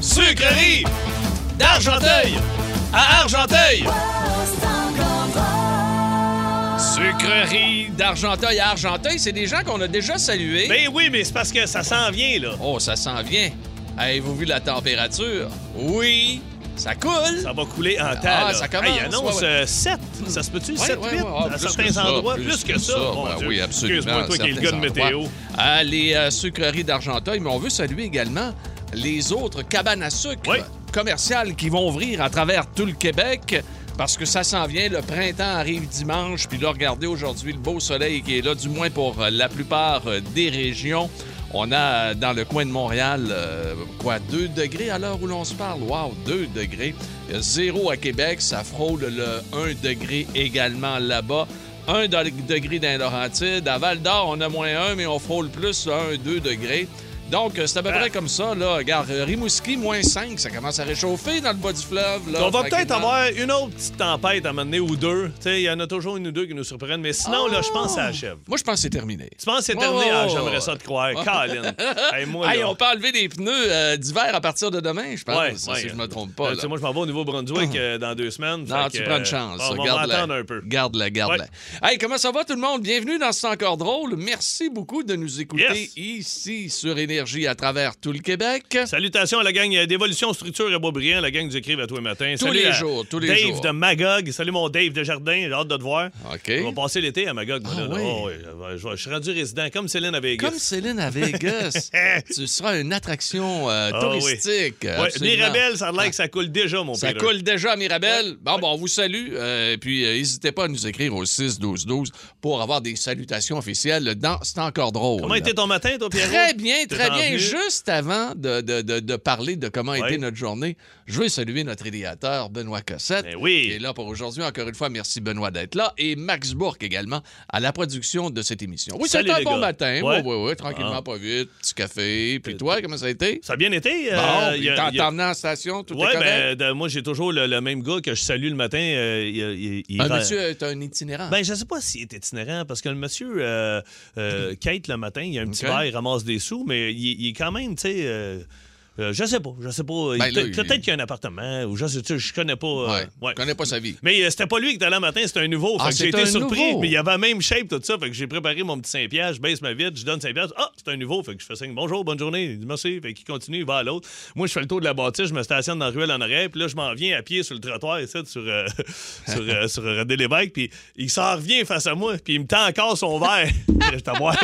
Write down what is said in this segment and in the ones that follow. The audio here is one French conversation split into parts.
sucrerie d'Argenteuil à Argenteuil. Sucrerie d'Argenteuil à Argenteuil, c'est des gens qu'on a déjà salués. Ben oui, mais c'est parce que ça s'en vient, là. Oh, ça s'en vient. Avez-vous vu la température? Oui, ça coule. Ça va couler en temps. Ah, là. ça commence, Hey, il annonce ouais, ouais. euh, 7. Ça se peut-tu? 7, 8 Ah, à plus certains que ça, endroits. Plus, que ça. mon ben Dieu. oui, absolument. Excuse-moi, toi qui es le gars de certains météo. endroits. Ah, les euh, sucreries d'Argenteuil, mais on veut saluer également les autres cabanes à sucre Oui. commerciales qui vont ouvrir à travers tout le Québec. Parce que ça s'en vient, le printemps arrive dimanche, puis là, regardez aujourd'hui le beau soleil qui est là, du moins pour euh, la plupart euh, des régions. On a euh, dans le coin de Montréal, euh, quoi, 2 degrés à l'heure où l'on se parle. Wow, 2 degrés. Euh, Zéro à Québec, ça frôle le 1 degré également là-bas. 1 degré dans les Laurentides. À Val d'Or, on a moins 1, mais on frôle plus 1, 2 degrés. Donc, euh, c'est Ah. à peu près comme ça, là. Regarde, euh, Rimouski, moins 5, ça commence à réchauffer dans le bas du fleuve, là. On va peut-être tranquillement. avoir une autre petite tempête à un moment donné ou deux. Tu sais, il y en a toujours une ou deux qui nous surprennent, mais sinon, là, je pense que ça achève. Moi, je pense que c'est terminé. Tu penses que c'est Ah! Ouais, terminé? ouais, Ah, ouais, j'aimerais ouais. ça te croire. Colin. Hey, moi, Hey, là- on peut enlever des pneus euh, d'hiver à partir de demain, je pense, Ouais, si ouais. je me trompe Euh, pas. tu là. sais, moi, je m'en vais au Nouveau-Brunswick euh, dans deux semaines. Non, fait tu que, prends une euh, chance. bon, on va garde-la. attendre un peu. Garde-la, garde-la. Ouais. Hey, comment ça va tout le monde? Bienvenue dans C'est encore drôle. Merci beaucoup de nous écouter Yes. ici sur Énergie à travers tout le Québec. Salutation à la gang euh, d'Évolution Structure à Boisbriand, la gang du Crive à tous les matins. Tous Salut les à jours, tous les Dave jours. de Magog. Salut mon Dave de Jardin, j'ai hâte de te voir. OK. On va passer l'été à Magog. moi, Ah là, là. oui. Oh, oui, je, vais- je suis rendu résident comme Céline à Vegas. Comme Céline à Vegas, tu seras une attraction euh, Ah, touristique. Ouais, absolument. Ah. Mirabel, ça a l'air que ça coule déjà, mon Ça Peter. coule déjà à Mirabel. Bon, bon, on vous salue. Euh, puis, euh, n'hésitez pas à nous écrire au 6-12-12 pour avoir des salutations officielles dans C'est encore drôle. Comment était ton matin, toi, Pierre? Très bien, T'es très bien. revenu? Juste avant de, de- de- de parler de comment a Ouais. été notre journée, je veux saluer notre idéateur, Benoît Cossette, Ben oui. qui est là pour aujourd'hui. Encore une fois, merci Benoît d'être là. Et Max Bourque également à la production de cette émission. Oui, Salut, c'était un les bon gars. matin. Oui, Ouais. oui, oui. Tranquillement, Ah. pas vite. Petit café. Puis toi, comment ça a été? Ça a bien été? euh, bon, il y puis a- t'en il y a- t'en venais en station, tout est Ouais, correct? ben, de- moi, j'ai toujours le, le même gars que je salue le matin. euh, il- il- il- Un il- monsieur est euh, un itinérant. Ben, je sais pas s'il est itinérant, parce que le monsieur euh, euh, Kate, le matin, il a un petit Ok. verre, il ramasse des sous, mais il, il est quand même, tu sais... euh, euh, je sais pas, je sais pas. il- Ben, là, peut- il- Peut-être qu'il y a un appartement, ou je sais, tu sais, je connais pas... euh, ouais. ouais. Je connais pas sa vie. Mais euh, c'était pas lui qui était là le matin, c'était un nouveau. Ah, fait que j'ai c'est été un surpris, nouveau. mais il avait la même shape, tout ça. Fait que j'ai préparé mon petit Saint-Pierre, je baisse ma vitre, je donne Saint-Pierre. Ah, c'est un nouveau. Fait que je fais signe, bonjour, bonne journée. Il dit merci. Fait qu'il continue, il va à l'autre. Moi, je fais le tour de la bâtisse, je me stationne dans la ruelle en arrière, puis là, je m'en viens à pied sur le trottoir, ici, sur, euh, sur, euh, sur René Lévesque, puis il s'en revient face à moi, puis il me tend encore son verre. je t'en vois.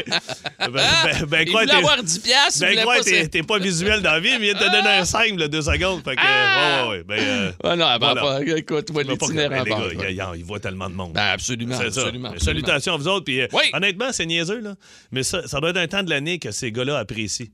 Ben, ben- ben il quoi, voulait t'es- avoir 10 piastres, il ben voulait quoi, pas... t'es se- t'es pas visuel dans la vie, mais il te donné un 5 là, deux secondes. Fait que, Ah! ouais, ouais, ouais. Ben, euh, Ah non, ben, voilà. pas- écoute, moi, Mais pas que- ben, l'itinérant... les gars, bon, il y a- il voit tellement de monde. Ben, absolument, C'est ça. absolument. absolument. Salutations à vous autres. Puis, euh, Oui. Honnêtement, c'est niaiseux, là. mais ça, ça doit être un temps de l'année que ces gars-là apprécient.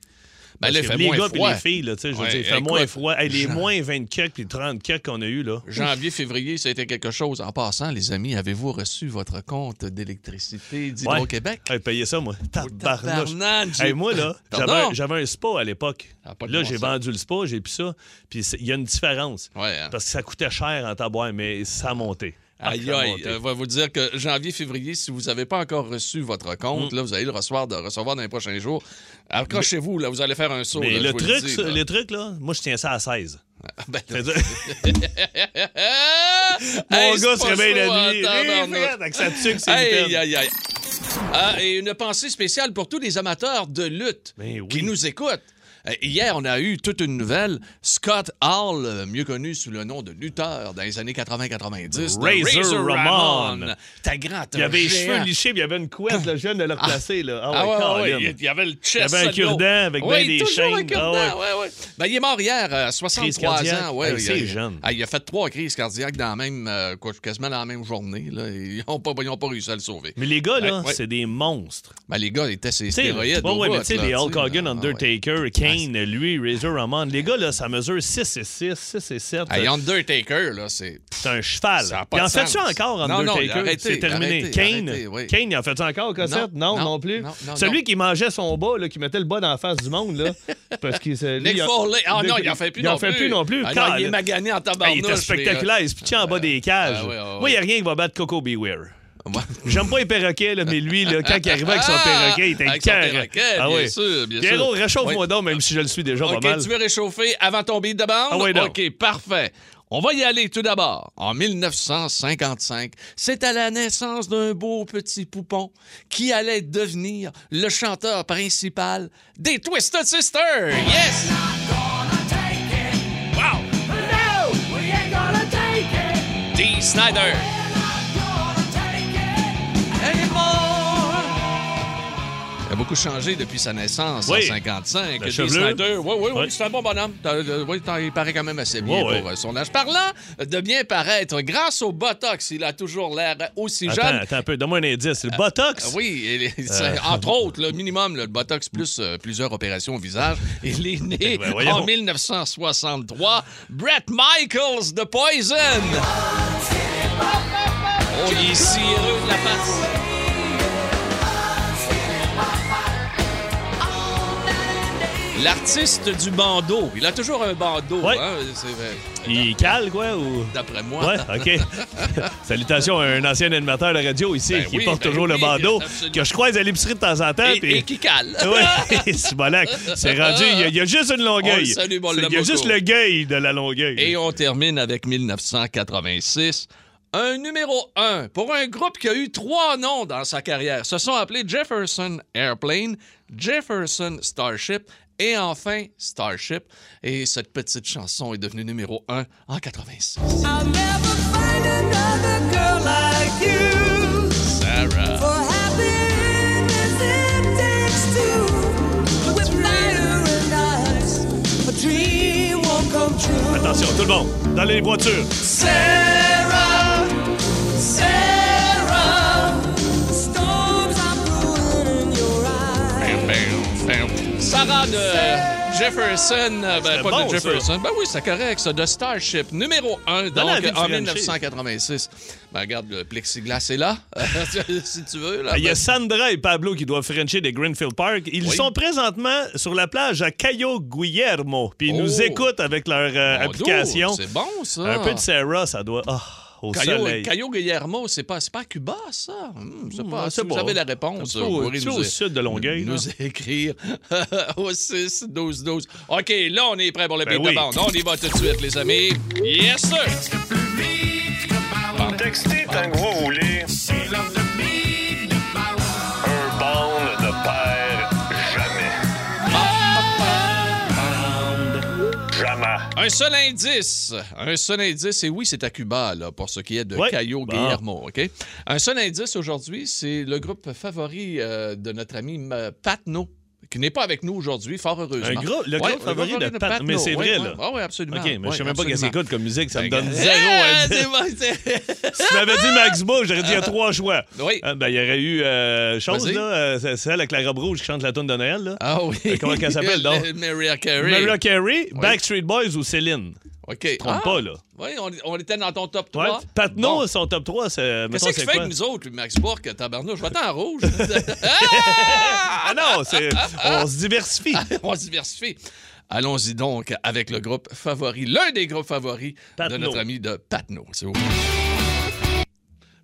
Ben, là, Parce il que fait les moins gars froid. les filles, là, tu sais, je veux Ouais, dire, il fait écoute, moins froid. Hey, les Jean- moins 24 puis 34 qu'on a eu, là. Janvier, février, ça a été quelque chose. En passant, les amis, avez-vous reçu votre compte d'électricité d'Hydro-Québec? Hey, payez ça, moi. Tabarnouche. tabarnak, j'ai- Hey, moi, là, Pardon? j'avais un- j'avais un spa à l'époque. Ah, pas de là, bon j'ai sens. vendu le spa, j'ai plus ça. Puis c'est- il y a une différence. Ouais, hein. Parce que ça coûtait cher en tabac, mais ça a monté. Ah, Aïe, ça a aïe, monté. euh, va vous dire que janvier, février, si vous n'avez pas encore reçu votre compte, Mm. là, vous allez le recevoir, de recevoir dans les prochains jours. Accrochez-vous, là, vous allez faire un saut. mais là, le oh, ben, je vous truc, dis, ça- là. le truc, là, moi, je tiens ça à 16. Ben, là- C'est-à-dire- Mon Hey, gars c'est se pas réveille chaud, la nuit. hein, tabarnak. Hey, Eh, avec sa tuque, c'est Aïe, Nutella. aïe, aïe. Ah, et une pensée spéciale pour tous les amateurs de lutte Ben oui. qui nous écoutent. Euh, Hier, on a eu toute une nouvelle. Scott Hall, euh, mieux connu sous le nom de lutteur dans les années 80-90. de Razor Ramon. Ta grande, Il y avait les cheveux lichés, puis il y avait une couette, là, je viens de le replacer. Là. Ah ouais, ouais, Colin. ouais, il y avait le chest. Il y avait un là, cure-dent avec gros. ben Oui, des toujours un chaînes. cure-dent, Ah ouais, ouais. Ben, il est mort hier à Crise 63 cardiaque. ans. Ouais, Hey, il- c'est il- jeune. ah, il a fait trois crises cardiaques dans la même, euh, quoi, quasiment dans la même journée. là. Ils n'ont pas, ils ont pas réussi à le sauver. Mais les gars, là, Ah, Ouais, ouais. c'est des monstres. Ben, les gars, ils étaient ces Tu sais, stéroïdes. ouais, au ouais, bout, mais tu sais, là, les Hulk tu sais, ah, Hogan, là, Undertaker, Kane, lui, Razor Ramon. Les gars, là, ça mesure 6 et 6, 6 et 7. ah ouais. Hey, Undertaker, là, c'est. C'est un cheval. Ça a pas Puis de en fait-tu sens. encore, Non, non, Undertaker? arrêtez, C'est terminé. arrêtez, Kane, arrêtez, oui. Kane, il en fait encore, Cossette? Non, Non, non, non, plus. non, non, Celui non. qui mangeait son bas, là, qui mettait le bas dans la face du monde, là. parce qu'il se- lui, Nick il a- Foley. Ah non, il en fait plus Il non en fait plus non plus. Ah non, Colin. il est magané en Ah, tabarnouche. il était mais, euh, spectaculaire, il se pitchait en bas des cages. ah ouais, ah ouais. Moi, il n'y a rien qui va battre Coco Beware. Ouais. J'aime pas les perroquets, là, mais lui, là, quand il arrivait avec son perroquet, il était Ah! Avec son écœurant. perroquet, Ah bien oui. sûr, bien sûr. Pierrot, réchauffe-moi Oui. donc, même si je le suis déjà OK, pas mal. tu veux réchauffer avant ton beat de bande? Ah oui, donc. OK, parfait. On va y aller tout d'abord. En 1955, c'est à la naissance d'un beau petit poupon qui allait devenir le chanteur principal des Twisted Sisters. Yes! Wow! Dee Snyder. Il a beaucoup changé depuis sa naissance Oui. en 55. La Dee chevelure. Snyder, oui, oui, oui, Oui. c'est un bon bonhomme. T'as- euh, oui, t'as- il paraît quand même assez bien Oui, oui. pour euh, son âge. Parlant de bien paraître, grâce au Botox, il a toujours l'air aussi Attends, jeune. attends un peu, donne-moi un indice. C'est le botox? Ah, Oui, Euh. et les- c'est- entre autres, le minimum, le Botox plus euh, plusieurs opérations au visage. Il est né Ben, voyons. en 1963. Brett Michaels de Poison. Oh, il est si heureux de la face. L'artiste du bandeau. Il a toujours un bandeau, Ouais. hein, c'est vrai, Il cale, quoi, ou... d'après moi. Ouais, OK. Salutations à un ancien animateur de radio ici Ben qui oui, porte ben toujours le oui, bandeau, absolument. que je croise à l'épicerie de temps en temps. Et, Ah, puis- et qui cale. Ouais, c'est bolac. C'est rendu, il y a- il y, a juste une On longueuil. le salue, Oh, mon C'est- il y a Lamoco. juste le gueuil de la longueuil. Et on termine avec 1986. Un numéro 1 pour un groupe qui a eu trois noms dans sa carrière. Se sont appelés Jefferson Airplane, Jefferson Starship et enfin Starship. Et cette petite chanson est devenue numéro 1 en 86. I'll never find another girl like you. Sarah. For happiness it takes two. With fire and ice, a dream won't come true. Attention, tout le monde, dans les voitures. Sarah, Sarah, storms are brewing in your eyes. Sarah de Jefferson, euh, ben, C'était pas bon, de ça. Jefferson. Ben oui, c'est correct, ça, de Starship, numéro 1, Dans la donc vie de en Frenchie. 1986. Ben regarde, le plexiglas est là, si tu veux. Là, Ah, Il y a Ben, Sandra et Pablo qui doivent frencher des Greenfield Park. Ils Oui. sont présentement sur la plage à Cayo Guillermo. Puis ils Oh. nous écoutent avec leur euh, Mondo, application. C'est bon, ça. Un peu de Sarah, ça doit. Ah, au Cayo, soleil. Cayo Guillermo, c'est pas, c'est pas à Cuba, ça. Hmm, c'est pas, Ah, si c'est vous pas. avez la réponse, Un peu au- vous pourrez tu sais, nous au é- sud de Longueuil, Nous là. écrire au 6 12 12. OK, là, on est prêt pour le Ben beat oui. de bande. On y va tout de suite, les amis. Yes, sir! Texter tango roulé. Un bond de père Ah, jamais. Jamais. Un seul indice. Un seul indice. Et oui, c'est à Cuba, là, pour ce qui est de Ouais. Cayo Bon. Guillermo. OK? Un seul indice aujourd'hui, c'est le groupe favori euh, de notre ami M- Patno, qui n'est pas avec nous aujourd'hui, fort heureusement. Un gros- le groupe favori de Pat- mais c'est Oui, vrai, oui. là. Ah oui, absolument. OK, mais je sais Oui, même pas qu'est-ce qu'ils absolument. écoutent comme musique. Ça me donne Ben, zéro ah, indice. c'est bon, c'est- Si tu m'avais dit Max Bo, j'aurais dit il y a trois choix. Euh, Oui. Ah, ben, il y aurait eu euh, chose, Vas-y. là, euh, c'est- celle avec la robe rouge qui chante la tune de Noël. Là. Ah oui. Comment qu'elle s'appelle, donc? Maria Carey. Mariah Carey, Backstreet Boys ou Céline? OK. trompe pas, là. Oui, on, on était dans ton top 3. Ouais. Patno, Bon. son top 3, c'est. mettons, Qu'est-ce qu'il c'est fait quoi? avec nous autres, lui, Max Bourque, tabarnouche? Je m'attends en rouge. Ah non, c'est- on se diversifie. On se diversifie. Allons-y donc avec le groupe favori, l'un des groupes favoris Patno. de notre ami de Patno. C'est où?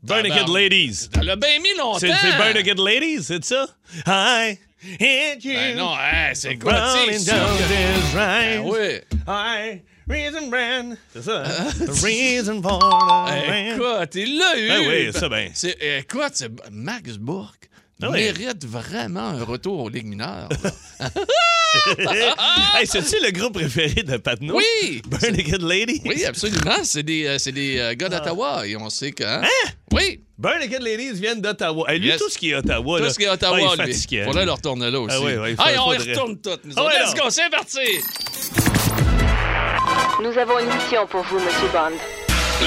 Burn Ah, Naked ben. Ladies. Elle a bien mis longtemps. C'est c'est Burn Naked Ladies, c'est ça? Hi, hit you. Ben non, hey, c'est quoi? Rolling c'est down sûr que- this Ben rise. oui. Ah, Hi, reason brand. C'est ça, hein? The reason for the Hey, rain. Écoute, il l'a eu. Ah Ben oui, ça, ben. C'est, écoute, c'est Max Bourque Ah oui. mérite vraiment un retour aux ligues mineures. là. hey, c'est-tu le groupe préféré de Patno? Ah. Oui! Burn Naked Ladies? Oui, absolument. C'est des, euh, c'est des euh, gars Ah. d'Ottawa et on sait que. hein? Oui, Burn Naked Ladies viennent d'Ottawa. Hey, lui, Yes. tout ce qui est Ottawa, tout là, ce qui est ah, Ottawa, il est lui. fatiguant. Faudrait leur retourner là aussi. Ah oui, oui, Ah, faudrait- et on y faudrait. retourne toutes. Nous Ah autres. ouais, Let's non. go, c'est parti! Nous avons une mission pour vous, Monsieur Bond.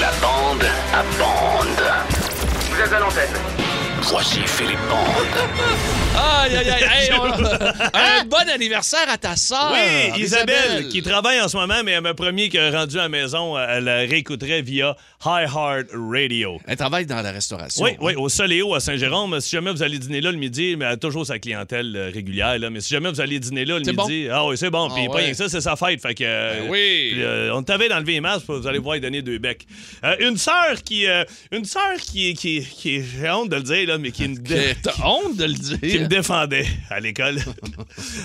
La bande à bande. Vous êtes à l'antenne. Voici Philippe Bond. Aïe, aïe, aïe. Hey, on- Un bon anniversaire à ta sœur. Oui, Isabelle, qui travaille en ce moment, mais elle m'a promis que rendue à la maison, elle la réécouterait via High Heart Radio. Elle travaille dans la restauration. Oui, oui, au Soléo à Saint-Jérôme. Si jamais vous allez dîner là le midi, mais elle a toujours sa clientèle euh, régulière. Là. Mais si jamais vous allez dîner là le C'est midi, ah oui, c'est bon. Ah Puis pas ouais. rien que ça, c'est sa fête. Fait que, euh, Ben oui. puis, euh, on t'avait enlevé les masques, vous allez voir, lui donner deux becs. Euh, une sœur qui, euh, une sœur qui, qui, qui, j'ai honte de le dire là, mais qui est une Que T'as honte de le qui me dire. défendait à l'école.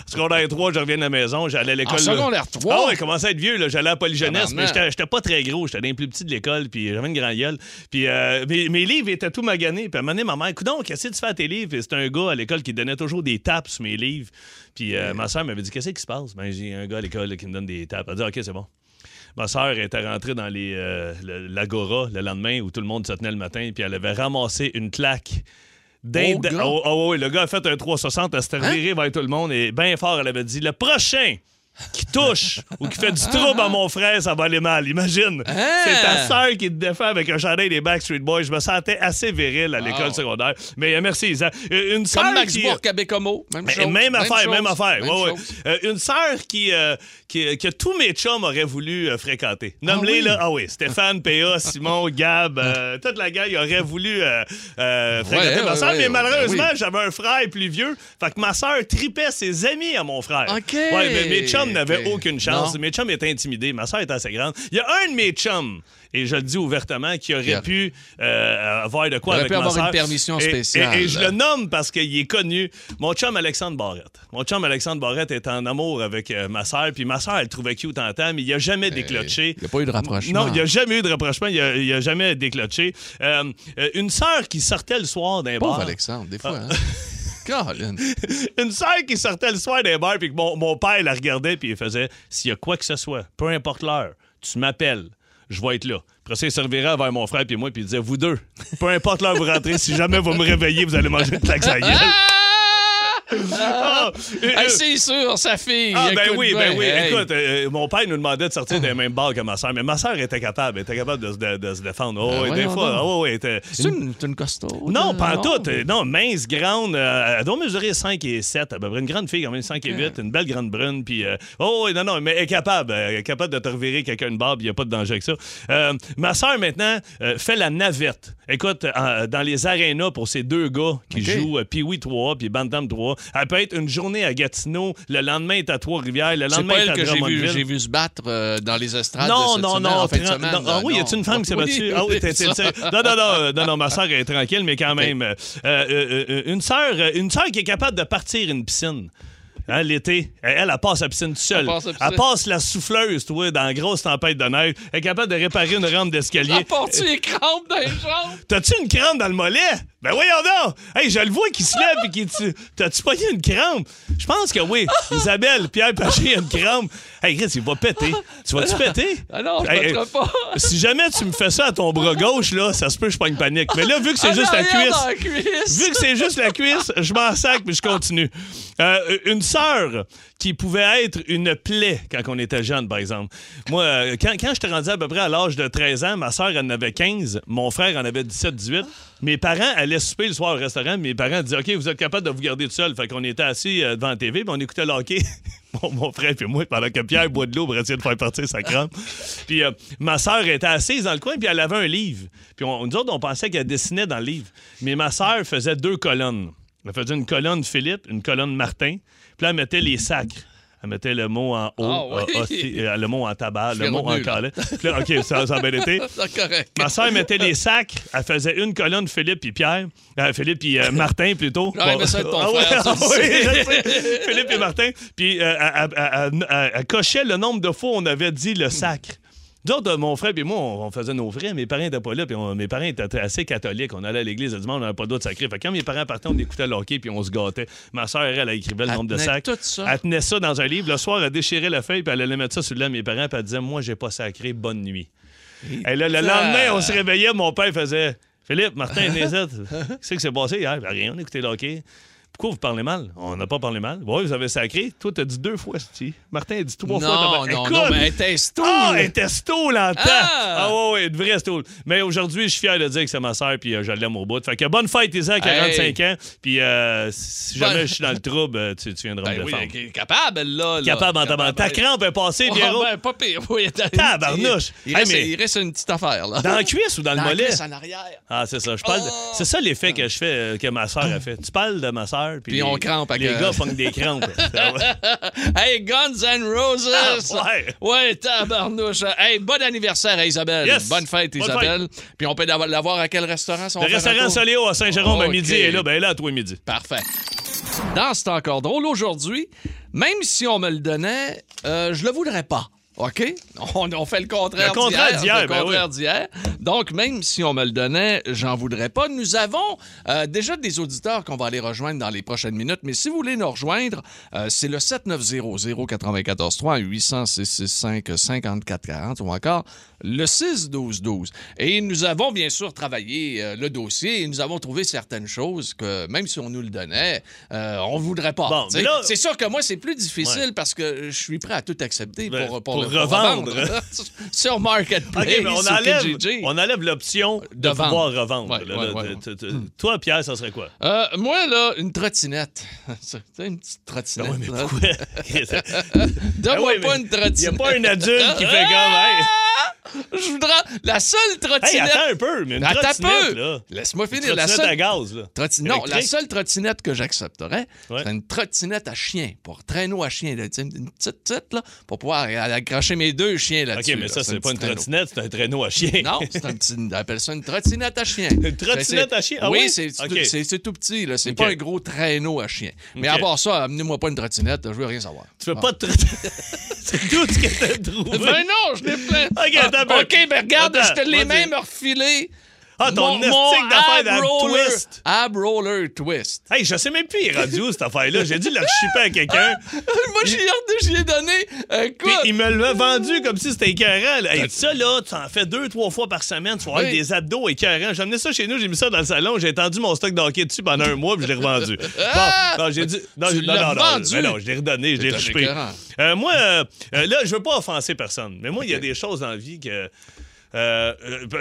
Secondaire 3, je reviens de la maison, j'allais à l'école. En là. secondaire 3? Ah ouais, commençait à être vieux, là. j'allais à Polyjeunesse, mais Tabarnak. j'étais j'étais pas très gros, j'étais l'un des plus petits de l'école, puis j'avais une grande gueule. Puis euh, mes, mes livres étaient tout maganés, puis à un moment donné, ma mère, coudon, qu'est-ce que tu fais à tes livres? Puis c'était un gars à l'école qui donnait toujours des tapes sur mes livres. Puis euh, ma soeur m'avait dit, qu'est-ce qui se passe? Ben, j'ai un gars à l'école là, qui me donne des tapes. Elle dit, OK, c'est bon. Ma sœur était rentrée dans les, euh, le- l'agora le, lendemain où tout le monde se tenait le matin, puis elle avait ramassé une claque. d'un- Au gars? Hein? Oh, oh, oui, le gars a fait un 360, elle s'était revirée vers tout le monde et bien fort, elle avait dit Le prochain qui touche ou qui fait du trouble à mon frère, ça va aller mal. Imagine. Ah, Hein? C'est ta sœur qui te défend avec un chandail des Backstreet Boys. Je me sentais assez viril à l'école Wow. secondaire. Mais euh, merci, Isa. Euh, Une sœur Comme Max qui- Bourque à Bécomo. Même, mais chose, même, affaire, chose, même affaire, même ouais, ouais. chose. Euh, une sœur qui, euh, qui- que tous mes chums auraient voulu euh, fréquenter. Nomme-les, oui? là. Ah oui, Stéphane, PA, Simon, Gab, euh, toute la gang aurait voulu euh, euh, fréquenter Ouais, ma ouais, sœur. ouais, mais ouais, malheureusement, oui. j'avais un frère plus vieux. Fait que ma sœur tripait ses amis à mon frère. OK. Ouais, mais mes chums n'avaient OK. aucune chance. Non. Mes chums étaient intimidés. Ma sœur était assez grande. Il y a un de mes chums. Et je le dis ouvertement, qui aurait Yeah. pu euh, avoir de quoi Il aurait avec pu ma avoir une sœur. permission Et- et- et je spéciale. le nomme parce qu'il est connu. Mon chum Alexandre Barrette. Mon chum Alexandre Barrette est en amour avec euh, ma sœur, puis ma sœur, elle le trouvait cute en temps, mais il a jamais déclotché. Euh, il y a pas eu de rapprochement. Non, il n'y a jamais eu de rapprochement, il a, il a jamais déclotché. Euh, euh, une sœur qui sortait le soir d'un Pauvre bar. Alexandre, des fois. Ah. hein. Colin. Une sœur qui sortait le soir d'un bar, puis que mon, mon père la regardait, puis il faisait S'il y a quoi que ce soit, peu importe l'heure, tu m'appelles, je vais être là. Après ça, il se revirait vers mon frère, puis moi, puis il disait Vous deux, peu importe l'heure où vous rentrez, si jamais vous me réveillez, vous allez manger une claque à la gueule. Ah! Et- Hey, c'est sûr, sa fille. Ah, ben écoute oui, ben bien, oui. hey. Écoute, euh, mon père nous demandait de sortir des mêmes bars que ma soeur, mais ma soeur était capable, elle était capable de, se- de- de se défendre. Oh, Ben oui, des voyons fois, donc. oh, oui, elle était- C'est une, c'est une costaud. non, pas en tout. Euh, Non, mince, grande. euh, elle doit mesurer 5 et 7 à peu près. Une grande fille, quand même, 5 et 8. Une belle grande brune. Puis, euh, oh, oui, non, non, mais elle est capable. euh, Elle est capable de te revirer quelqu'un une barbe. Il n'y a pas de danger avec ça. Euh, ma soeur, maintenant, euh, fait la navette. Écoute, euh, dans les arénas pour ces deux gars qui OK. jouent euh, Pee-Wee 3 puis Bantam 3, elle peut être une journée à Gatineau. Le lendemain, est à Trois-Rivières. Le C'est lendemain, pas est elle à que j'ai vu, Drummondville. j'ai vu se battre euh, dans les estrades Non, cette non, semaine, non, en fin de tran- semaine. non. Ah oui, y a-tu une femme qui s'est battue? Ah oui, t'es- t'es- t'es- non, non, non, euh, non, non, ma soeur est tranquille, mais quand même. euh, euh, euh, une sœur euh, une sœur qui est capable de partir une piscine. Hein, L'été, elle, elle, elle passe la piscine toute seule. Elle passe la piscine. Elle passe la souffleuse, toi, dans la grosse tempête de neige. Elle est capable de réparer une rampe d'escalier. Apporte-tu les crampes dans les jambes? T'as-tu une crampe dans le mollet? Ben voyons donc! Hey, je le vois qui se lève et qui dit T'as-tu pogné une crampe? Je pense que oui. Isabelle, Pierre Paché a une crampe. Hey, Chris, il va péter. Tu vas-tu péter? Ah non, je Hey, battrai hey, pas. Si jamais tu me fais ça à ton bras gauche, là, ça se peut que je pogne panique. Mais là, vu que c'est En juste la arrière dans cuisse. la cuisse. Vu que c'est juste la cuisse, je m'en sac puis je continue. Euh, une sœur qui pouvait être une plaie quand on était jeune, par exemple. Moi, euh, quand, quand j'étais rendu à peu près à l'âge de 13 ans, ma sœur en avait 15, mon frère en avait 17-18. Mes parents allaient souper le soir au restaurant. Mes parents disaient OK, vous êtes capable de vous garder tout seul. Fait qu'on était assis euh, devant la TV puis on écoutait le hockey. Mon, mon frère puis moi, pendant que Pierre boit de l'eau pour essayer de faire partir sa crampe. Puis euh, ma sœur était assise dans le coin, puis elle avait un livre. Puis on, nous autres, on pensait qu'elle dessinait dans le livre. Mais ma sœur faisait deux colonnes. Elle faisait une colonne Philippe, une colonne Martin. Puis là, elle mettait les sacres. Elle mettait le mot en haut, Ah oui. euh, hostie- euh, le mot en tabac, Je le l'ai mot en retenu, là. collet. Puis là, OK, ça, ça a bien été. C'est correct. Ma sœur mettait les sacs. Elle faisait une colonne Philippe puis Pierre. Euh, Philippe puis euh, Martin plutôt. Ah J'aurais aimé ça être ton frère, ça, oui, tu sais. je sais. Philippe et Martin. Puis euh, elle, elle- elle- elle- elle cochait le nombre de fois on avait dit le sacre. Nous autres, euh, mon frère et moi, on, on faisait nos vrais. Mes parents n'étaient pas là. Puis on- mes parents étaient assez catholiques. On allait à l'église le dimanche, on n'avait pas d'autres sacrés. Fait que quand mes parents partaient, on écoutait le hockey puis on se gâtait. Ma sœur, elle, elle écrivait le Elle nombre de tenait sacs. tout ça. Elle tenait ça dans un livre. Le soir, elle déchirait la feuille puis elle allait mettre ça sur le lait à mes parents. Puis elle disait Moi, j'ai pas sacré, bonne nuit. Et là, le lendemain, on se réveillait, mon père faisait Philippe, Martin, Nézette, qu'est-ce qui s'est passé hier? Ben, rien, on écoutait le hockey. Pourquoi vous parlez mal? On n'a pas parlé mal. Ouais, vous avez sacré. Toi, t'as dit deux fois, Sti. Martin a dit trois fois. Non, tabarnak. non, Écoute, non, mais elle était stoule. Ah, elle était stoule en temps. Ah! Ah, ouais, ouais, une vraie stoule. Mais aujourd'hui, je suis fier de dire que c'est ma sœur, puis euh, je l'aime au bout. Fait que bonne fête, Isa, à 45 ans. Puis euh, si jamais Bonne- je suis dans le trouble, euh, tu, tu viendras Ben me oui, défendre. elle est capable, là. là. Capable en tabarnak. Ta crampe est passée, Oh, Pierrot. ben, pas pire. Oui, attends. Tabarnouche. Il, il Hey, reste, mais- il reste une petite affaire, là. Dans la cuisse ou dans, Dans la le mollet? cuisse en arrière. Ah, c'est ça. Je parle. de- Oh! C'est ça l'effet que je fais, euh, que ma sœur a fait. Tu parles de ma sœur, puis Puis les- on crampe avec Les un- gars font des crampes. Ça va. Hey, Guns and Roses! Ah, ouais. Ouais, tabarnouche! Hey, bon anniversaire à Isabelle! Yes. Bonne fête, Bonne Isabelle! Puis on peut la- la voir à quel restaurant? si on Le fait un restaurant tour? Soléo à Saint-Jérôme à Ok. midi et là, ben là, à toi midi. Parfait. Dans C'est encore drôle, aujourd'hui, même si on me le donnait, euh, je le voudrais pas. OK? On, on fait le contraire Le contraire d'hier. d'hier, le ben contraire d'hier. Donc, même si on me le donnait, j'en voudrais pas. Nous avons euh, déjà des auditeurs qu'on va aller rejoindre dans les prochaines minutes. Mais si vous voulez nous rejoindre, euh, c'est le 7900-943 800-665-5440 ou encore le 6-12-12. Et nous avons bien sûr travaillé euh, le dossier et nous avons trouvé certaines choses que, même si on nous le donnait, euh, on voudrait pas. Bon, Tu sais, mais là- C'est sûr que moi, c'est plus difficile parce que je suis prêt à tout accepter Ben, pour, pour, pour le- pour revendre. sur OK, Marketplace mais on ou enlève, Kijiji. on enlève l'option De de, vendre. pouvoir revendre. Ouais, là, ouais, là, ouais, de- ouais. de- de- Toi, Pierre, ça serait quoi? Euh, moi, là, une trottinette. Tu sais, une petite Ben trottinette. ouais, mais là. pourquoi? Ben Donne-moi ouais, pas mais une Il n'y a trottinette. pas un adulte qui fait comme. Hey, Je voudrais. La seule trottinette. hey, attends un peu, mais une Attends un trottinette, peu. là. Laisse-moi Une finir. La trottinette à seule. gaz, là. trotti- Non, la Électrique. seule trottinette que j'accepterais, Ouais. c'est une trottinette à chien, pour traîneau à chien, là, tu sais, une petite petite, là, pour pouvoir accrocher mes deux chiens là-dessus. OK, mais là. ça, un c'est pas petit une traîneau. trottinette, c'est un traîneau à chien. Non, c'est un petit. On appelle ça une trottinette à chien. Ben, Une trottinette à chien? Ah oui, oui? c'est c'est tout- Ok. c'est- c'est tout petit. là. C'est Ok. pas un gros traîneau à chien. Mais Ok. à part ça, amenez-moi pas une trottinette, je veux rien savoir. Tu fais pas de trottinette. C'est tout ce que t'as trouvé. Ben non, je l'ai plein. Ok, attends un peu. OK, ben regarde, Attends, je te l'ai vas-y. même refilé. Ah, ton Mon- mon estique d'affaires ab dans roller- le twist. Ab roller twist. Hey, je sais même plus, il est rendu où, cette affaire-là. J'ai dû le chipper à quelqu'un. Moi, j'ai regardé, j'y ai donné. Puis Écoute. il me l'a vendu comme si c'était écœurant. là. Hey, ça, là, tu en fais deux, trois fois par semaine. Tu vas avoir Oui. des abdos écœurants. J'ai amené ça chez nous, j'ai mis ça dans le salon. J'ai étendu mon stock d'hockey dessus pendant un mois, puis je l'ai revendu. Ah! Bon, non, j'ai dit. Non, Tu j'ai- non, l'as non, non, vendu? mais non, je l'ai redonné, je l'ai un rechipé. écœurant. Euh, moi, euh, euh, là, je veux pas offenser personne, mais moi, il y a des choses dans la vie que. euh, euh,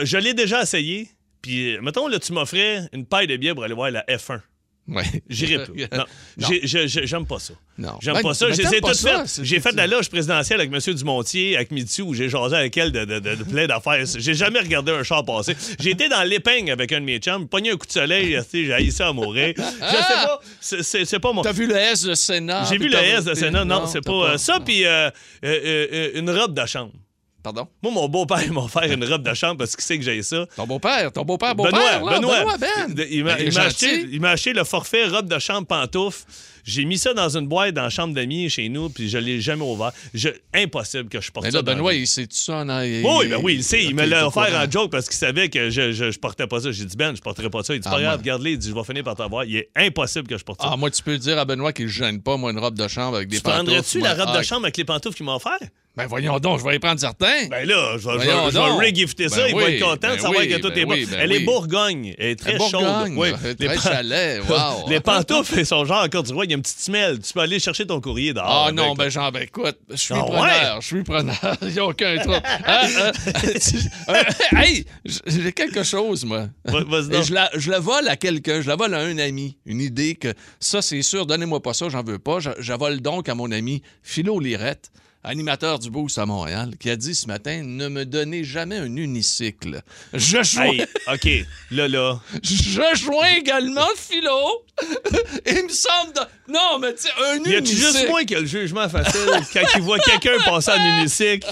je l'ai déjà essayé. Puis, euh, mettons, là, tu m'offrais une paille de bière pour aller voir la F1. Ouais. J'irai pas. Non, J'ai- je- je- j'aime pas ça. Euh, Non. J'aime Ben, pas ça. ben, J'ai t'aimes essayé pas tout ça, fait. c'est- J'ai fait de la loge présidentielle avec M. Dumontier, avec Mitsu, où j'ai jasé avec elle de, de- de- de plein d'affaires. J'ai jamais regardé un char passer. J'ai été dans l'épingle avec un de mes chums, pogné un coup de soleil, esti, j'ai haï ça à mourir. Je sais pas, c'est- c'est c'est pas mon. T'as vu le S de Sénat? J'ai puis vu le t'as- S de Sénat, non, c'est t'as pas euh, ça, puis euh, euh, euh, une robe de chambre. Pardon? Moi, mon beau-père m'a offert une robe de chambre parce qu'il sait que j'ai ça. Ton beau-père, ton beau-père, beau-père. Benoît, là, Benoît. Ben. Il- Il m'a est il m'a gentil. acheté, il m'a acheté le forfait robe de chambre pantoufle. J'ai mis ça dans une boîte dans la chambre d'amis chez nous, puis je l'ai jamais ouvert. Je- impossible que je porte Mais ça. là, dans la Benoît, vie. il sait tout ça. Non? Il- Oui, ben oui, il sait. Ok, il me l'a t'es offert courant. en joke parce qu'il savait que je, je, je portais pas ça. J'ai dit, Ben, je porterai pas ça. Il dit, Ah, pas moi. grave, regarde-le. Il dit, je vais finir par t'avoir. Il est impossible que je porte ça. Ah, moi, tu peux dire à Benoît qu'il ne gêne pas, moi, une robe de chambre avec des tu prendrais-tu pantoufles, la moi? robe Ah, de chambre avec les pantoufles qu'il m'a offert? Ben voyons donc, je vais y prendre certains. Ben là, je vais, je vais- Voyons je vais donc. regifter ça. Ben il oui, va être content ben de savoir oui, que tout ben est bon. oui, ben Elle oui. est bourgogne. Elle est très La Bourgogne, chaude. Oui. euh, Les très pan- chalet, wow. Les pantoufles, ils sont genre encore du roi. Il y a une petite semelle. Tu peux aller chercher ton courrier dehors. Ah avec, non, là. ben Jean, ben écoute, je suis Ah preneur, je suis preneur, il n'y a aucun trouble. Ah, ah, tu- euh, hey, j'ai quelque chose, moi. Va- vas-y Et donc. je, la, je la vole à quelqu'un, je la vole à un ami, une idée que ça c'est sûr, donnez-moi pas ça, j'en veux pas. Je, je la vole donc à mon ami Philo Lirette, animateur du Boost à Montréal, qui a dit ce matin, ne me donnez jamais un unicycle. Je joue. Hey, OK. Là, là. Je joins également Philo. Il me semble. de- Non, mais tu sais, un Y a-tu unicycle. juste moi qui a le jugement facile quand il voit quelqu'un passer en unicycle?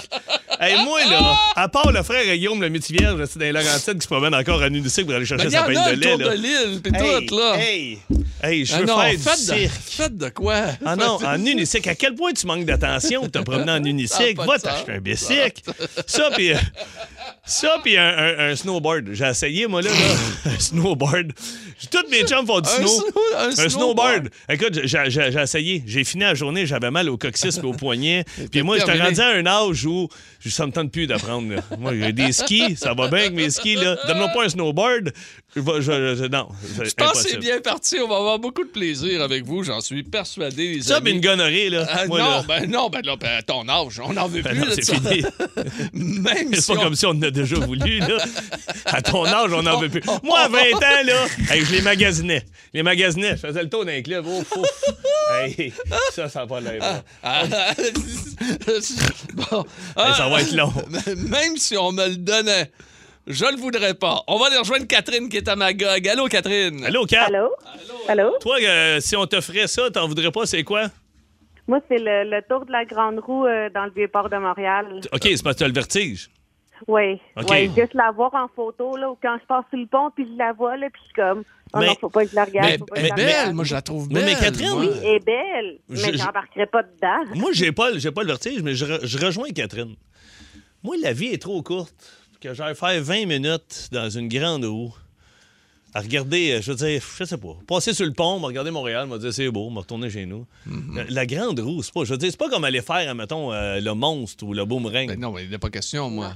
Hey, moi, là, à part le frère et Guillaume le métivier, je suis dans les Laurentides qui se promène encore en unicycle pour aller Ben, chercher Il y sa en paille a de autour lait, de là. l'île, pis Hey, tout, là. Hey, hey, je Ah veux non, faire du faites, de, cirque. faites de quoi? Ah non, en unicycle. À quel point tu manques d'attention pour te promener en Ça unicycle? a pas Va de sens. t'acheter un bicycle. Ça, puis euh, ça, puis un, un- un snowboard. J'ai essayé, moi, là, là, un snowboard. Toutes mes chums font du Un snow. snow- un snowboard. snowboard. Écoute, j'ai- j'ai j'ai essayé. J'ai fini la journée, j'avais mal au coccyx et au poignet. Puis moi, terminé. j'étais rendu à un âge où Je- Ça me tente plus d'apprendre. là. Moi, j'ai des skis, ça va bien avec mes skis. là. Donne-moi pas un snowboard. Je, vais- je- je- non, Je pense que Ah, c'est bien parti. On va avoir beaucoup de plaisir avec vous, j'en suis persuadé, les Ça, mais amis. une gonnerie, là. Ah, Moi, non, là, ben non, ben là, ben, à ton âge, on n'en veut ben plus non, de c'est ça. fini. Même C'est si pas on- comme si on en a déjà voulu, là. À ton âge, on en veut plus. Moi, à 20 ans, là, hey, je les magasinais. Je Les magasinais. Je faisais le tour d'un club. Oh, ouf. Hey, ça, ça n'a pas l'air. là. Ah, ah, bon, Hey, ah, ça va être long. Même si on me le donnait, je le voudrais pas. On va aller rejoindre Catherine qui est à Magog. Allô, Catherine? Allô, Kat? Allô? Allô? Toi, euh, si on t'offrait ça, t'en voudrais pas, c'est quoi? Moi, c'est le, le tour de la Grande Roue euh, dans le Vieux-Port de Montréal. OK, c'est parce que t'as le vertige. Oui. OK. oui. Juste la voir en photo, là, ou quand je passe sur le pont, puis je la vois, là, puis je suis comme, oh Mais- non, faut pas que je la regarde. Mais, faut pas que mais je la belle, regarde. moi, je la trouve Oui, belle. mais Catherine, moi. Oui, elle est belle, mais Je- je- j'embarquerai pas dedans. Moi, j'ai pas, le- j'ai pas le vertige, mais je, re- je rejoins Catherine. Moi, la vie est trop courte pour que j'aille faire 20 minutes dans une grande roue à regarder, euh, je veux dire, je sais pas, passer sur le pont, me regarder Montréal, me dire c'est beau, me retourner chez nous. Mm-hmm. la, la grande roue, c'est pas, je veux dire, c'est pas comme aller faire, mettons, euh, le monstre ou le boomerang. Ben non, mais il n'est pas question, moi.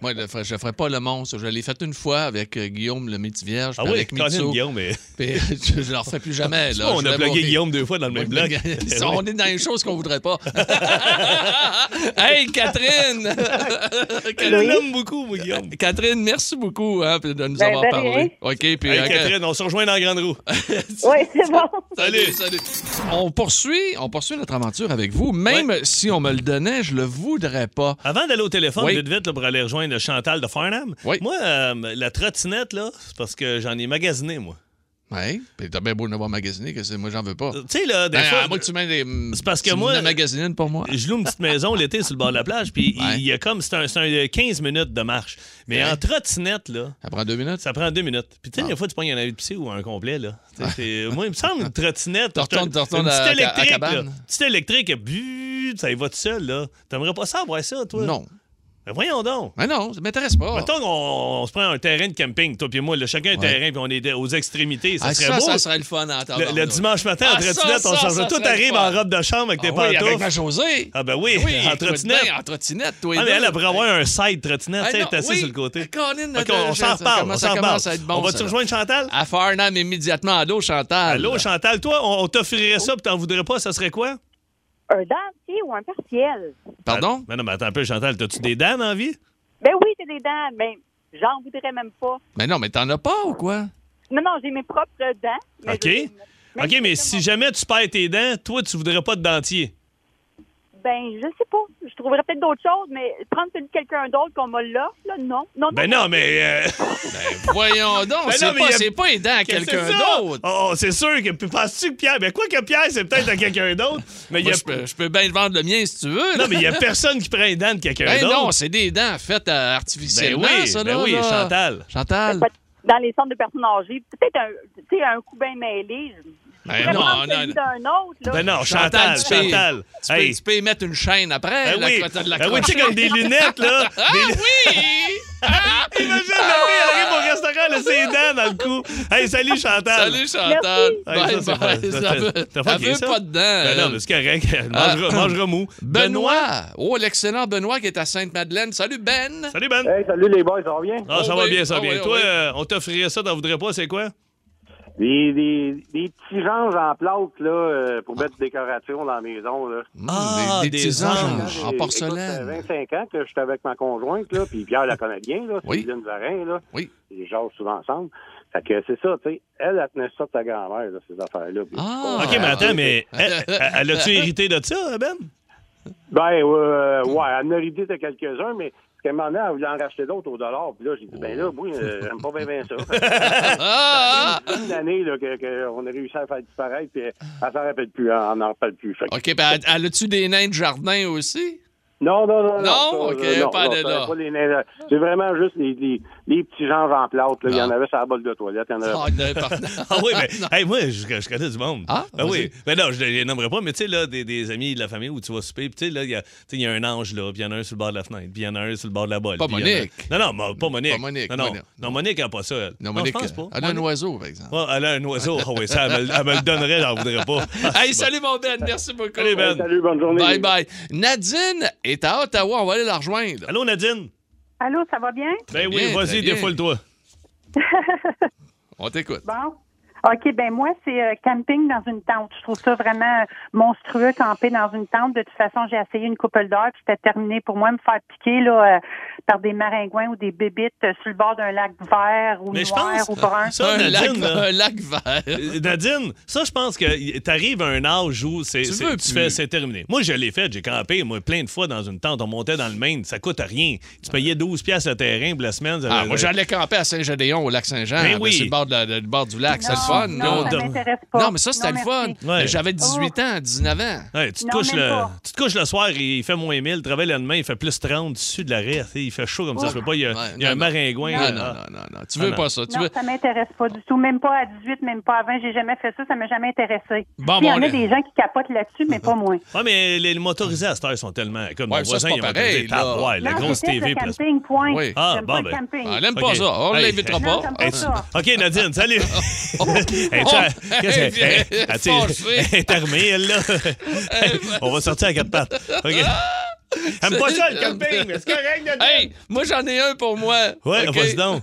moi, je ne ferais pas le monstre. Je l'ai fait une fois avec euh, Guillaume, le métier vierge, ah puis oui, avec Colin Mitsu. Guillaume, mais Puis, je ne le referai plus jamais. Là. on Je voulais a plugué mourir. Guillaume deux fois dans le même bloc. Eh Ça, on est dans les choses qu'on voudrait pas. hey, Catherine! Je l'aime beaucoup, moi, Guillaume. Catherine, merci beaucoup hein, de nous Ben, avoir de rien. parlé. OK, puis... Hey, euh, Catherine, on se rejoint dans la grande roue. Oui, c'est bon. Salut, salut. On poursuit, on poursuit notre aventure avec vous. Même si on me le donnait, je le voudrais pas. Avant d'aller au téléphone, Oui. vite vite là, pour aller rejoindre Chantal de Farnham. Oui. Moi, euh, la trottinette, là, c'est parce que j'en ai magasiné, moi. Ouais, puis t'as bien beau n'avoir magasiné que c'est moi j'en veux pas. Tu sais, là, Euh, des Ben, fois. euh, à moins que tu mets des C'est parce que tu moi- euh, mets de la magazine pour moi. Je loue une petite maison l'été sur le bord de la plage, puis il- Ouais. il y a comme. C'est un, c'est un 15 minutes de marche. Mais Ouais. en trottinette, là. Ça prend deux minutes. Ça prend deux minutes. Puis tu Ah. sais, des fois, tu pognes un avis de piscine ou un complet, là. Tu sais, c'est- Moi, il me semble une trottinette. T'en retournes- t'en retournes une petite à- à- à électrique, cabane. là. Une petite électrique, buuuut, ça y va tout seul, là. T'aimerais pas ça avoir ça, toi? Non. Ben, voyons donc. Mais non, ça m'intéresse pas. Mettons qu'on on se prend un terrain de camping, toi puis moi, là, chacun un Ouais. terrain, puis on est aux extrémités, ça Ah, serait ça, beau. ça serait le fun à entendre. le, le dimanche matin, en Ah, ça, trottinette, on ça, change ça tout, serait arrive le fun. en robe de chambre avec Ah tes oui, avec ma pantoufles. Josée. Ah ben oui, en écoute trottinette. bien, En trottinette, toi et Ah, mais deux. elle, elle pourrait avoir un side trottinette, Ah tu sais, non, être assis oui. sur le côté. Colin, Ok, de- on ça s'en reparle, on commence- ça s'en reparle. commence à être bon, On ça, va-tu Ah, là. rejoindre Chantal? À Farnham immédiatement. Allô, Chantal. Allô, Chantal, toi, on, on t'offrirait Oh. ça, puis t'en voudrais pas, ça serait quoi? Un dentier ou un partiel? Pardon? Ben non, mais attends un peu, Chantal, t'as-tu des dents en vie? Ben oui, j'ai des dents, mais j'en voudrais même pas. Mais Ben non, mais t'en as pas ou quoi? Non, non, j'ai mes propres dents. mais OK. j'ai- même OK, mais c'est si mon- jamais tu perds tes dents, toi, tu voudrais pas de dentier. Ben, je sais pas. Je trouverais peut-être d'autres choses, mais prendre celui de quelqu'un d'autre qu'on me l'offre, là, non. Non, non. Ben non, mais... euh, Voyons donc, Ben c'est non, mais pas, il y a- c'est pas aidant à quelqu'un C'est ça. d'autre. Oh, oh, c'est sûr que puis penses-tu que Pierre, ben quoi que Pierre, c'est peut-être à quelqu'un d'autre, mais il y Moi, a je, peux, je peux bien te vendre le mien si tu veux. là. Non, mais il y a personne qui prend les dents de quelqu'un Ben non, d'autre. c'est des dents faites euh, artificiellement, Ben oui, ça, ben là, oui, là. Chantal. Chantal. Peut- Dans les centres de personnes âgées, peut-être un, tu sais, un coup bien mêlé. Je- je Ben pourrais non, prendre non, celui non. d'un autre, là. Ben non, Chantal, Chantal, tu peux- Chantal. Tu, Hey, peux, tu peux y mettre une chaîne après. Ben là, oui, quand t'as Eh, de ben oui, tu sais, comme des lunettes, là. Ah Des- oui! Ah! Imagine, la fille, elle arrive au restaurant, elle a ses dents dans le cou. Hey, salut, Chantal. Salut, Chantal. Merci. Hey, Ah, ça, c'est Bye, pas- bye. ça, Elle veut- t'as- t'as elle fucké veut ça? pas dedans. Ben non, elle. mais c'est correct. Elle mangera, Ah. mangera mou. Benoît! Oh, l'excellent Benoît qui est à Sainte-Madeleine. Salut, Ben! Salut, Ben. Hey, salut les boys, ça va bien? Ah, ça Oh va oui, bien, ça va oh bien. oui, oh Toi, oui. euh, on t'offrirait ça, t'en voudrais pas, c'est quoi? Des, des, des petits ranges en plâtre là, euh, pour mettre des décorations dans la maison. Là. Hum, Ah, des, des des petits anges anges. en J'ai- porcelaine. écoute, euh, ça fait 25 ans que j'étais avec ma conjointe, là, puis Pierre la connaît bien, là, c'est Oui. Lynn Varin, là. Oui. Ils jasent souvent ensemble. Fait que c'est ça, tu sais. Elle, elle tenait ça de sa grand-mère, là, ces affaires-là. Puis- euh, Ah. OK, mais attends, mais elle, elle- elle a-tu hérité de ça, Ben? Ben, euh, ouais, elle en a ridé de quelques-uns, mais ce qu'elle m'en a, elle voulait en racheter d'autres au dollar. Puis là, j'ai dit, ben là, moi, euh, j'aime pas bien, bien ça. Fait que Ah! c'est une année, là, que- que on a réussi à la faire disparaître, puis elle s'en rappelle plus, elle n'en rappelle plus. Fait que- OK, ben, elle- elle a-tu des nains de jardin aussi? Non, non, non. Non? Non, OK, euh, pas de ça, là. pas les nains. C'est vraiment juste les, les, les petits gens en plâtre. là. Il y en Ah. avait sur la bolle de toilette. Il y en avait. Ah, non, pardon. Ah oui, mais hey, moi, je, je connais du monde. Ah, Ben vas-y. oui. Mais non, je les nommerai pas, mais tu sais, là, des, des amis de la famille où tu vas souper, puis tu sais, là, il y a- tu sais, il y a un ange, là, puis il y en a un sur le bord de la fenêtre, puis il y en a un sur le bord de la bolle. Pas puis il y en a- Monique. Non, non, mo- pas Monique. Pas Monique, Non, non, Monique. non Monique, elle n'a pas ça, elle. Non, Monique, je pense pas. elle a un oiseau, par exemple. Ouais, elle a un oiseau. Ah oui, ça, elle me, le- elle me le donnerait, j'en voudrais pas. Ah, Hey, c'est bon. salut, mon Ben! Merci beaucoup. Salut, Ben. Salut, bonne journée. Bye bye. Nadine est à Ottawa. On va aller la rejoindre. Allô, Nadine? Allô, ça va bien? bien, Ben oui, très vas-y, bien. défoule-toi. On t'écoute. Bon. OK, ben moi, c'est euh, camping dans une tente. Je trouve ça vraiment euh, monstrueux, camper dans une tente. De toute façon, j'ai essayé une couple d'heures, puis c'était terminé pour moi, me faire piquer là, euh, par des maringouins ou des bébites euh, sur le bord d'un lac vert ou Mais je noir pense- ou brun. Ça, un, lac, Nadine, là. un lac vert. Euh, Nadine, ça, je pense que t'arrives à un âge où c'est, Tu c'est- veux tu plus. fais, c'est terminé. Moi, je l'ai fait, j'ai campé, moi, plein de fois dans une tente. On montait dans le Maine, ça coûte rien. Tu payais 12 piastres le terrain, pour la semaine. ça- Ah, moi, j'allais camper à Saint-Gédéon, au lac Saint-Jean. Ben là, oui. sur le bord, de la- le bord du lac. C'est le fun. non, là. on ça dom- m'intéresse pas. Non, mais ça, c'était Non, Oh. le fun. merci. Ouais. Mais J'avais 18 ans, 19 ans. Ouais, tu, te Non, couches même le, pas. tu te couches le soir, il fait moins 1000, travaille le lendemain, il fait plus 30 dessus de l'arrêt. tu sais, Il fait chaud comme ça, je peux pas, il y a, Ouais, il y a non, un non. maringouin. Non, là. Ah, non, non, non, non. Tu veux non. pas ça. Tu Non, veux... ça m'intéresse pas du tout. Même pas à 18, même pas à 20. J'ai jamais fait ça. Ça m'a jamais intéressé. Bon, Il y bon, en a on- des gens qui capotent là-dessus, mais pas moi. Ouais, mais les, les motorisés à cette heure sont tellement. Comme Ouais, mon ça, voisin, c'est pas il m'a pareil, dit Tape, là. ouais, la non, grosse c'est TV. le place- camping, point. Oui. Ah, J'aime bon, pas ben. le camping. Ah, Elle aime pas Ok. ça. On Hey. l'invitera Non, pas. j'aime pas On- ça. OK, Nadine, salut! Hey, Oh! t'as- qu'est-ce que- Elle hey, vient ah, tu sais, fâchée. elle est armée, elle, là. Hey, On va sortir à quatre pattes. OK. Aime pas ça, le camping. Est-ce correct, Nadine? Hey, moi, j'en ai un pour moi. Ouais, OK? vas-y donc.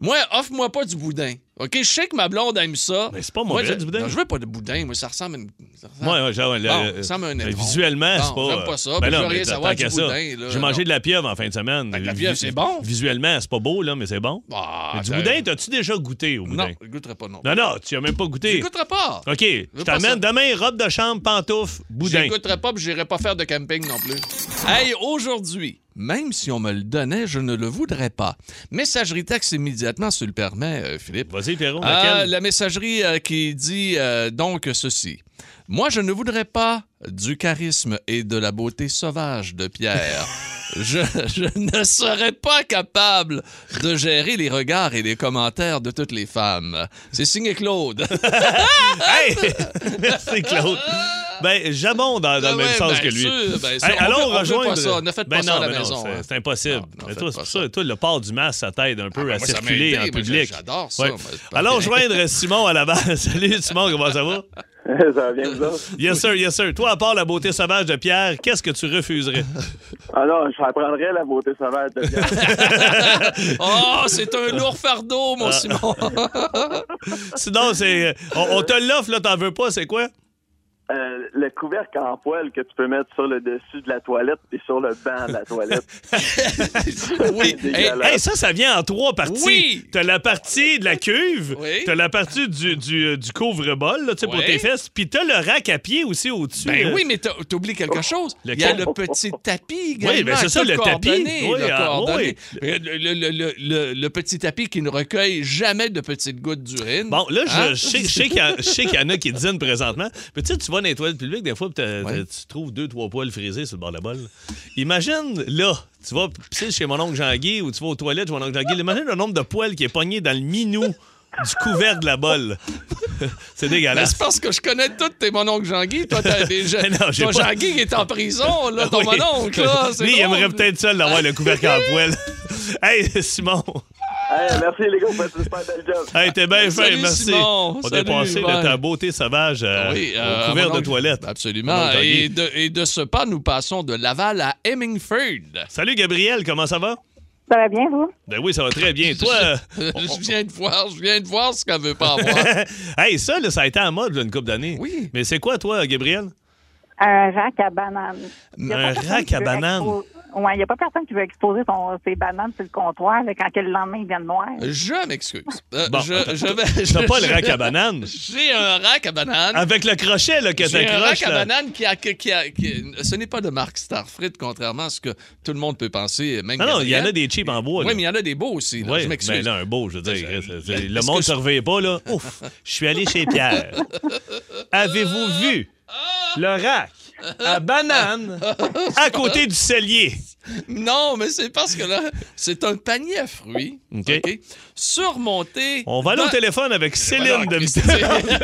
Moi, offre-moi pas du boudin. OK, je sais que ma blonde aime ça. Mais c'est pas Moi, mauvais, je- du boudin. Non, je veux pas de boudin. Moi, ça ressemble à une. ça ressemble- Ouais, ouais, genre, le- Bon, le- ça me un le- étron. Visuellement, c'est Bon, pas. j'aime pas ça, euh, puis je veux non, rien mais savoir tant du qu'à ça. boudin, là, J'ai non. mangé de la pieuvre en fin de semaine. de la pieuvre, c'est bon. Visuellement, c'est pas beau, là, mais c'est bon. Ah, Mais du t'as- boudin, t'as-tu déjà goûté au Non, boudin? je goûterai pas non. Non, non, tu as même pas goûté. Je goûterai pas. OK, je pas ça. t'amène demain robe de chambre, pantoufles, boudin. J'écouterai pas, puis j'irai pas faire de camping non plus. Hey, aujourd'hui, même si on me le donnait, je ne le voudrais pas. Messagerie texte immédiatement, si tu le permets, euh, Philippe. Vas-y, Pierrot, Ah, laquelle? la messagerie euh, qui dit euh, donc ceci. Moi, je ne voudrais pas du charisme et de la beauté sauvage de Pierre. Je, je ne serais pas capable de gérer les regards et les commentaires de toutes les femmes. C'est signé Claude. Hey! Merci, Claude. Ben, j'abonde dans, dans Ah le même ouais, sens ben que lui. sûr, ben sûr. Hey, On allons peut- on peut rejoindre. pas ça. Ne faites ben pas ça à non, la ben non, maison, c'est- hein. C'est impossible. Non, non, Mais faites toi, pas c'est pour ça. ça, toi, le port du masque, ça t'aide un peu ben à moi, ça m'a circuler aidé, en moi, public. j'a- j'adore ça, moi, c'est pas Allons pareil. joindre Simon à Laval. Salut, Simon, comment ça va? ça vient de là. Yes, sir, yes, sir. Toi, à part la beauté sauvage de Pierre, qu'est-ce que tu refuserais? Ah non, je prendrais la beauté sauvage de Pierre. Oh, c'est un lourd fardeau, Ah. mon Simon. Sinon, c'est. euh, On, on te l'offre, là, t'en veux pas, c'est quoi? Euh, le couvercle en poêle que tu peux mettre sur le dessus de la toilette et sur le banc de la toilette. oui. Hey, dégueulasse. Hey, ça, ça vient en trois parties. Oui. T'as la partie de la cuve, Oui. t'as la partie du, du, euh, du couvre-bol, là, tu sais, pour Oui. tes fesses, puis t'as le rack à pied aussi au-dessus. Ben là. oui, mais t'as- t'oublies quelque chose. Il y a le petit tapis également. ben c'est ça, tout le tapis. coordonné, Oui, le ah, coordonné. oui. Le, le- le- le- le- le petit tapis qui ne recueille jamais de petites gouttes d'urine. Bon, là, je, Hein? je sais, je sais qu'il y a- je sais qu'il y en a qui dînent présentement. Mais tu sais, tu vas dans les toilettes publiques, des fois, pis t'as- Ouais. t'as- tu trouves deux, trois poils frisés sur le bord de la bolle. Imagine, là, tu vas pisser chez mon oncle Jean-Guy ou tu vas aux toilettes chez mon oncle Jean-Guy. Imagine le nombre de poils qui est pogné dans le minou du couvert de la bolle. C'est Ben, dégueulasse. c'est parce que je connais tout tes mononcle Jean-Guy. Toi, t'as déjà. Mais non, j'ai Toi, pas- Jean-Guy qui est en prison, là, ton Oui. mononcle, là. c'est Lui, il drôle. aimerait peut-être ça d'avoir le couvercle en poêle. hey, Simon. Hey, merci les gars, vous faites une super belle job. Hey, t'es bien Salut, fait, merci. Simon. On Salut, est passé bye. de ta beauté sauvage euh, Oui, euh, au couvert mon de oncle- toilette. Mon Absolument. oncle Jean-Guy. Et de, et de ce pas, nous passons de Laval à Hemingford. Salut, Gabriel, comment ça va? Ça va bien, vous? Ben oui, ça va très bien. Toi, euh, je viens de voir, je viens de voir ce qu'elle veut pas avoir. hey, ça, là, ça a été en mode là, une couple d'années. Oui. Mais c'est quoi, toi, Gabriel? Un rack à bananes. Y a Un pas personne rack qui à veut bananes. expo- Ouais, il n'y a pas personne qui veut exposer son- ses bananes sur le comptoir là, quand que le lendemain, ils viennent noirs. Je m'excuse. Euh, Bon, je, attends. je vais. T'as je- pas le je- rack à Ah, bananes? J'ai un rack à bananes. Avec le crochet là, que J'ai un rack t'accroches. à là. bananes qui a, qui a- qui a- Ce n'est pas de marque Starfrit, contrairement à ce que tout le monde peut penser. Même Non, non, il y en a Gabriel. des cheap en bois. Oui, là. mais il y en a des beaux aussi. là. Ouais, je ben m'excuse. là, un beau, je veux dire. Je- c'est- c'est- le est-ce monde que ne se je- réveille pas, là. Ouf, je suis allé chez Pierre. Avez-vous vu le rack à bananes à côté du cellier? Non, mais c'est parce que là, c'est un panier à fruits. OK. OK, surmonté. On va aller au d'un- téléphone avec Céline Alors, de Christy- Viterbe. Ouais,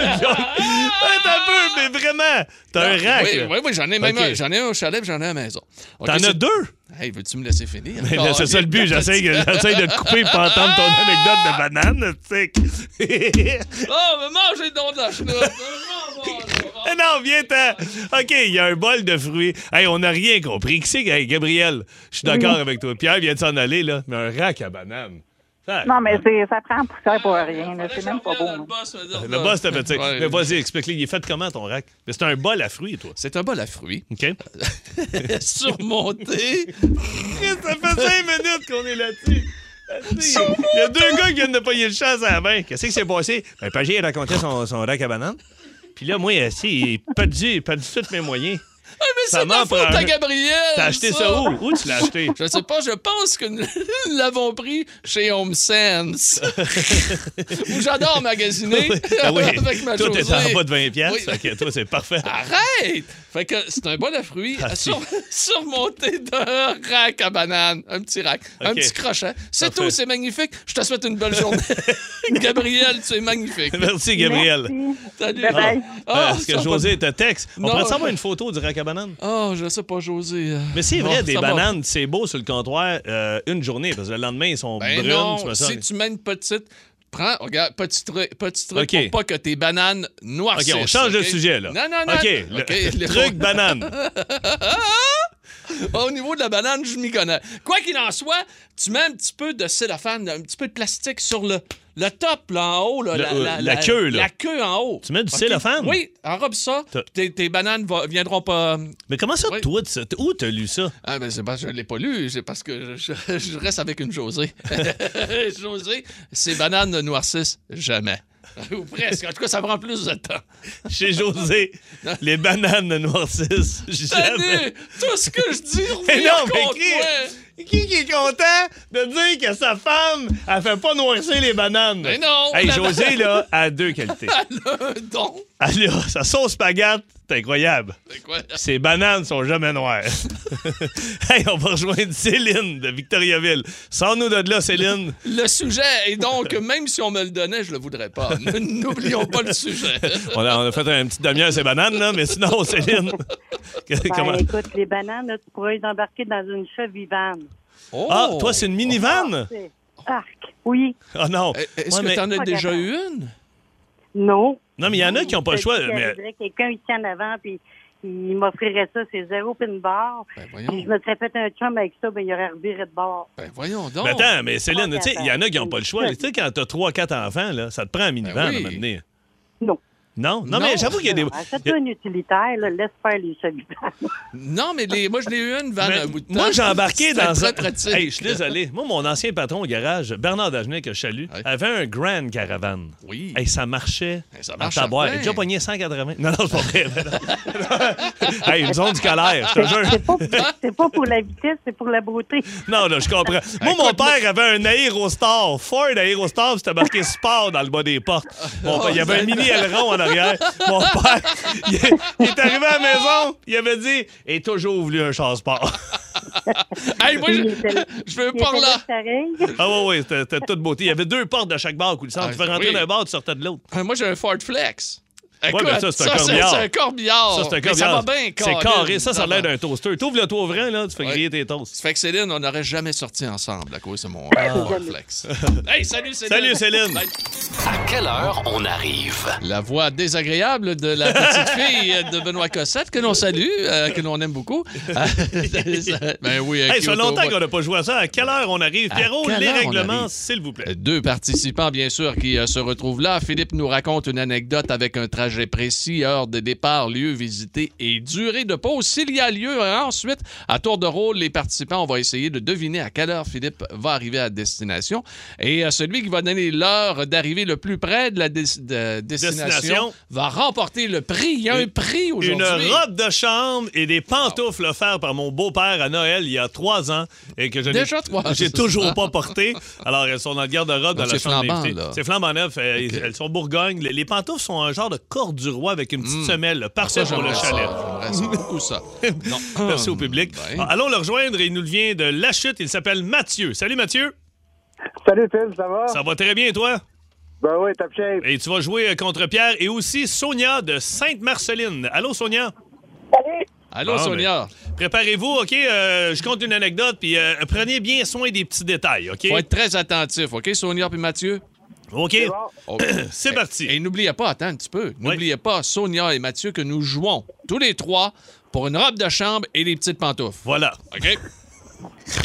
t'as peur, mais vraiment, t'as un rack. Oui, là. oui, oui, j'en ai même OK. un. J'en ai un au chalet puis j'en ai un à la maison. OK, T'en c'est- Ah, as deux? Hey, veux-tu me laisser finir? Mais là, c'est ça le but, j'essaie que- j'essaie de te couper pour entendre ton anecdote de banane, tu sais. Oh, mais mangez donc de la chenoute! Maman, maman. Eh non, viens-t'en. OK, il y a un bol de fruits. Hey, on n'a rien compris. Qui c'est? que- Hey, Gabriel, je suis d'accord avec toi. Pierre vient de s'en aller, là. Mais un rack à banane. Non, Euh, mais c'est- ça prend poussière pour rien. là. C'est même pas hein. Le beau. là. boss, me dire Le ça. boss t'a fait ça. Ouais. Mais vas-y, explique-le. Il est fait comment, ton rack? Mais c'est un bol à fruits, toi. C'est un bol à fruits OK? surmonté Ah, ça fait cinq minutes qu'on est là-dessus. Il y a deux gars qui viennent de pogner le chasse à la main. Qu'est-ce qui s'est passé? Ben, Pagé il racontait son, son rack à banane. Puis là, moi, assis, il a perdu, il a perdu tous mes moyens. Ah, mais Ça c'est m'en ma faute prend un. à Gabriel! T'as acheté ça où? Où tu l'as acheté? Je sais pas, je pense que nous l'avons pris chez Home Sense. où j'adore magasiner Ah oui. avec ma Toi, t'es en Josée. bas de 20$. piastres. Oui. Ah. Fait que toi, c'est parfait. Arrête! Fait que c'est un bol à fruits Ah, sur- surmonté d'un rack à banane. Un petit rack. Un Ok. petit crochet. C'est Parfait. tout, c'est magnifique. Je te souhaite une belle journée. Gabriel, tu es magnifique. Merci, Gabriel. Merci. Salut. Bye-bye. Ah, Est-ce que ça va- José te texte? On Non. pourrait savoir une photo du rack à banane? Oh, je sais pas, José. euh, Mais c'est vrai, Non, des ça va. bananes, c'est beau sur le comptoir euh, une journée, parce que le lendemain, ils sont Ben brunes. non, tu me sens. si tu mets une petite, prends, regarde, petit truc, petit truc OK. pour pas que tes bananes OK, noircissent. on change de OK? sujet, là. Non, non, non. OK, le OK, le- truc banane. Au niveau de la banane, je m'y connais. Quoi qu'il en soit, tu mets un petit peu de cellophane, un petit peu de plastique sur le, le top, là, en haut. Là, Le- euh, la queue, là. La queue en haut. Tu mets du OK? cellophane? Oui, enrobe ça. T'as- Tes, tes bananes va- viendront pas... Mais comment ça, Oui. toi, tu- où t'as lu ça? Ah, ben, c'est parce que je l'ai pas lu. C'est parce que je, je- je reste avec une Josée. Josée, ces bananes ne noircissent jamais. Ou presque. En tout cas, ça prend plus de temps. Chez José, les bananes ne noircissent jamais. Salut! Tout ce que je dis Mais revient non, mais contre moi. qui, qui qui est content de dire que sa femme, elle fait pas noircir les bananes? Mais non, Hey, la- José, là, a deux qualités. Elle a un don. Elle a sa sauce pagate, c'est incroyable. C'est ben quoi? Ses bananes sont jamais noires. hey, on va rejoindre Céline de Victoriaville. Sors-nous de là, Céline. Le sujet est donc, même si on me le donnait, je le voudrais pas. N'oublions pas le sujet. On a, on a fait un petit demi-heure ces bananes, là, mais sinon, Céline. que- Ben, comment- oh! écoute, les bananes, là, tu pourrais les embarquer dans une chevivane. Oh! Ah, toi, c'est une minivan? C'est arc. Oui. Ah non. Eh, Est-ce Ouais, que mais- t'en as Pas déjà capable. eu une? Non. Non, mais il y en a qui n'ont pas le choix. Je dis, Mais... arriverait quelqu'un ici en avant, puis il m'offrirait ça, c'est zéro pin bar. Ben Hein? Puis voyons, je me serais fait un chum avec ça, ben il aurait reviré de bord. ben voyons donc. Mais attends, mais Céline, Pas tu sais, il y en a qui n'ont pas le choix. Tu capable. sais, quand t'as 3-4 enfants, là, ça te prend un minivan Ben oui. à maintenir. Non. Non? Non, Non. mais j'avoue qu'il y a des. Non, Ah, Achète-toi un utilitaire, là, laisse faire les chevivanes. Non, mais les- moi, je l'ai eu une van Mais un bout de temps. moi, j'ai embarqué C'était dans très un- pratique. Hey, je suis désolé. Moi, mon ancien patron au garage, Bernard Dagenet, que je salue, Ouais. avait un Grand Caravan. Oui. Hey, ça marchait. Hey, ça en marche taboire. Il a certain. déjà pogné 180. Non, non, c'est pas vrai. hey, ils nous ont du colère, je te jure. C'est pas, c'est pas pour la vitesse, c'est pour la beauté. Non, là, je comprends. Moi, mon père avait un Aerostar. Ford Aerostar, puis c'était marqué sport dans le bas des portes. Oh, Mon père, il y avait un mini aileron en arrière. Mon père, il est, il est arrivé à la maison, il avait dit Et toujours voulu un char sport. Hey, moi, je, Il était- je veux Il par était là. là, pareil. Ah oui, oui, c'était c'était toute beauté. Il y avait deux portes de chaque bar coulissant. Ah, tu fais rentrer oui. d'un bar, tu sortais de l'autre. Ah, Moi, j'ai un Ford Flex. Ouais, mais ça, c'est un corbillard. c'est un corbillard. Ça, c'est un Oh, Mais Ça va corbillard. bien, C'est carré. Colin. Ça, ça a l'air va. d'un toaster. T'ouvres le toit ouvrant, là, tu fais Ouais. griller tes toasts. Ça fait que Céline, on n'aurait jamais sorti ensemble à cause de mon Ford Flex. hey, salut Céline! Ah. Salut, Céline. Hey, À quelle heure on arrive? La voix désagréable de la petite fille de Benoît Cossette, que l'on salue, euh, que l'on aime beaucoup. ben oui, euh, Hey, ça fait Kyoto, longtemps ouais. qu'on n'a pas joué à ça. À quelle heure on arrive? À Pierrot, quelle les heure on règlements, arrive? s'il vous plaît. Euh, Deux participants, bien sûr, qui euh, se retrouvent là. Philippe nous raconte une anecdote avec un trajet précis, heure de départ, lieu visité et durée de pause. S'il y a lieu, euh, ensuite, à tour de rôle, les participants, on va essayer de deviner à quelle heure Philippe va arriver à destination. Et euh, celui qui va donner l'heure d'arrivée le plus près de la dé- de- destination, Destination. va remporter le prix. Il y a un Une- prix Une aujourd'hui. robe de chambre et des pantoufles offerts par mon beau-père à Noël il y a trois ans et que je n'ai Déjà trois ans, j'ai c'est toujours ça. pas porté. Alors, elles sont dans le garde-robe dans Donc, c'est la chambre flambant, d'invité. là. C'est flambant neuf. Elles, Ok. elles sont bourgogne. Les, les pantoufles sont un genre de corde du roi avec une petite semelle. Parfait Hmm. Ah, Ça, pour le j'aimerais ça. chalet. J'aimerais ça. beaucoup ça. Non. Merci au public. Ben. Ah, Allons le rejoindre. Il nous le vient de La Chute. Il s'appelle Mathieu. Salut Mathieu. Salut, Phil, ça va? Ça va très bien, toi? Ben oui, top shape. Et tu vas jouer euh, contre Pierre et aussi Sonia de Sainte-Marceline. Allô, Sonia? Allô, Ah, ben. Sonia. Préparez-vous, OK? Euh, je compte une anecdote, puis euh, prenez bien soin des petits détails, OK? Faut être très attentif, OK, Sonia puis Mathieu? Oh. OK. C'est bon. OK. C'est parti. Et, et n'oubliez pas, attends un petit peu, n'oubliez pas, Sonia et Mathieu, que nous jouons tous les trois pour une robe de chambre et des petites pantoufles. Voilà. OK?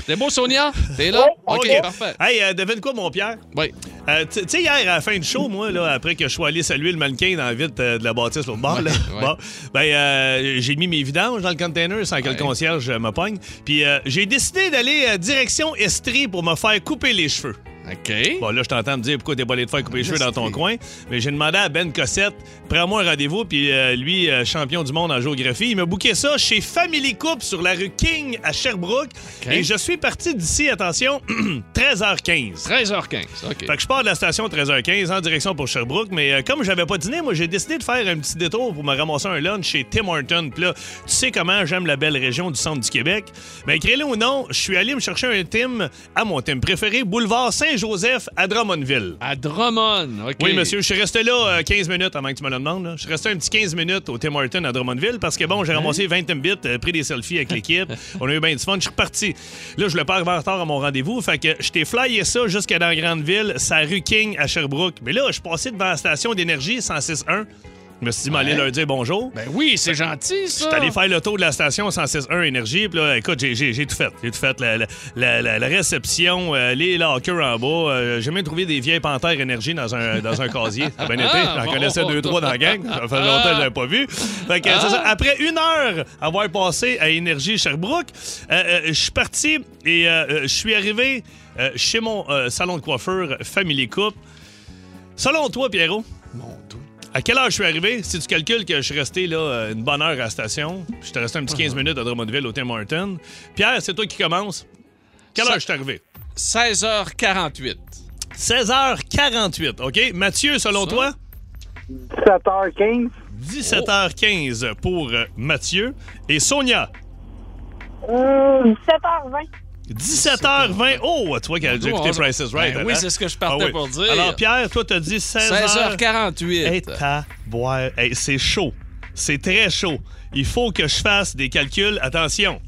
T'es beau, Sonia? T'es là? OK, parfait. Hey, euh, devine quoi, mon Pierre? Oui. Euh, tu tu sais, hier, à la fin du show, moi, là, après que je sois allé saluer le mannequin dans la ville euh, de la bâtisse l'autre bord, là, Ouais, ouais. bon, ben, euh, j'ai mis mes vidanges dans le container sans que le concierge euh, me pogne. Puis euh, j'ai décidé d'aller euh, direction Estrie pour me faire couper les cheveux. OK. Bon, là, je t'entends me dire pourquoi t'es pas allé te faire couper les cheveux dans ton Estrie. coin. Mais j'ai demandé à Ben Cossette, prends-moi un rendez-vous. Puis euh, lui, euh, champion du monde en géographie, il m'a booké ça chez Family Coupe sur la rue King à Sherbrooke. OK. Et je suis parti d'ici, attention, 13h15. 13h15. OK. Fait que je pars de la station 13h15 en direction pour Sherbrooke, mais euh, comme j'avais pas dîné, moi j'ai décidé de faire un petit détour pour me ramasser un lunch chez Tim Horton. Puis là, tu sais comment j'aime la belle région du centre du Québec. Ben, créé le ou non, je suis allé me chercher un Tim à mon Tim préféré, boulevard Saint-Joseph à Drummondville. À Drummond. OK. Oui, monsieur, je suis resté là euh, 15 minutes avant que tu me le demandes. là. Je suis resté un petit 15 minutes au Tim Horton à Drummondville parce que, bon, j'ai ramassé 20 Timbits, euh, pris des selfies avec l'équipe. On a eu bien du fun. Je suis reparti. Là, je le pas arrivé en retard à mon rendez-vous. Fait que je t'ai flyé ça jusqu'à dans la grande ville, sa rue King à Sherbrooke. Mais là, je suis passé devant la station d'énergie 106.1. Je me suis dit, m'aller leur dire bonjour. Ben oui, c'est gentil, ça. Je suis allé faire le tour de la station 106.1 Énergie. Puis là, écoute, j'ai- j'ai j'ai tout fait. J'ai tout fait. La, la- la- la- la réception, euh, les lockers en bas. euh, j'ai même trouvé des vieilles panthères Énergie dans un, dans un casier. Ça a bien été. Ah, J'en bon. connaissais deux, trois dans la gang. Ça fait longtemps que je l'avais pas vu. Fait que, c'est ça. Ah. Après une heure avoir passé à Énergie Sherbrooke, euh, euh, je suis parti et euh, euh, je suis arrivé euh, chez mon euh, salon de coiffure Family Coupe. Selon toi, Pierrot, Mon Dieu. à quelle heure je suis arrivé? Si tu calcules que je suis resté là, euh, une bonne heure à la station, puis je suis resté un petit Uh-huh. 15 minutes à Drummondville au Tim Horton. Pierre, c'est toi qui commence. Quelle Ça- heure je suis arrivé? 16h48. 16h48, OK? Mathieu, selon Ça. toi, 17h15. 17h15 pour euh, Mathieu. Et Sonia, 17h20. 17h20. Oh, toi qui as déjà Oh, écouté on- Price is Right. Ben hein? oui, c'est ce que je partais pour dire. Alors, Pierre, toi, t'as dit 16h... 16h48. Hey, taboire. Hey, c'est chaud. C'est très chaud. Il faut que je fasse des calculs. Attention.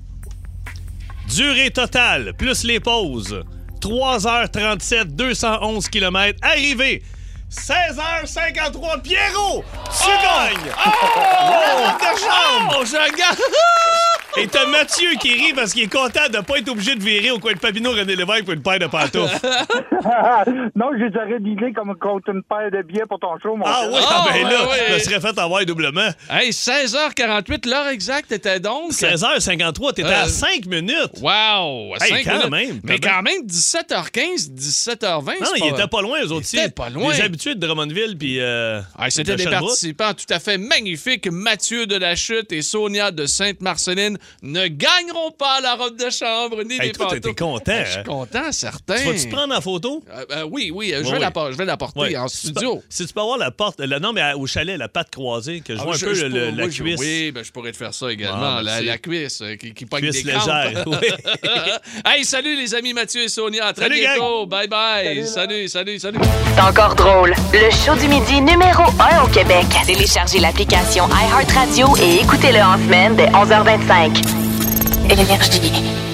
Durée totale, plus les pauses. 3h37, 211 km. Arrivé. 16h53, Pierrot, tu gagnes! La robe de chambre! Oh, je regarde! Et t'as Mathieu qui rit parce qu'il est content de pas être obligé de virer au coin de Papineau René Lévesque pour une paire de pantoufles. non, j'ai déjà rédigé comme contre une paire de billets pour ton show, mon Ah cher. oui, ah, ben Ah, là, ouais, ouais. je me serais fait avoir doublement. Hey, 16h48, l'heure exacte était donc. 16h53, t'étais Euh, à 5 minutes. Wow! cinq Hey, minutes. quand même, Mais t'as quand même, 17h15, 17h20. Non, c'est il était pas loin, eux autres. Il était aussi. pas loin. Les habitués de Drummondville, puis. euh, Ah, C'était de des Sherbrooke. participants tout à fait magnifiques. Mathieu de la Chute et Sonia de Sainte-Marceline ne gagneront pas la robe de chambre ni Hey, les toi, pantoufles. t'étais content, Ah, Je suis hein? content, certain. Tu vas-tu te prendre en photo? Euh, euh, oui, oui, euh, je vais Ouais, ouais. la por- je vais la porter Ouais. en Si tu studio. peux- Si tu peux avoir la porte, la, non, mais à- au chalet, la patte croisée, que je Ah, vois un je- peu je le- pourrais- la oui, je- cuisse. Oui, ben, je pourrais te faire ça également. Ah, la, merci. la cuisse euh, qui, qui pogne Cuisse des crampes. légère, oui. hey, salut les amis Mathieu et Sonia. À très Salut, bientôt. Bye bye. Salut, salut, salut. C'est encore drôle. Le show du midi numéro 1 au Québec. Téléchargez l'application iHeartRadio et écoutez-le en semaine dès 11h25. Énergie.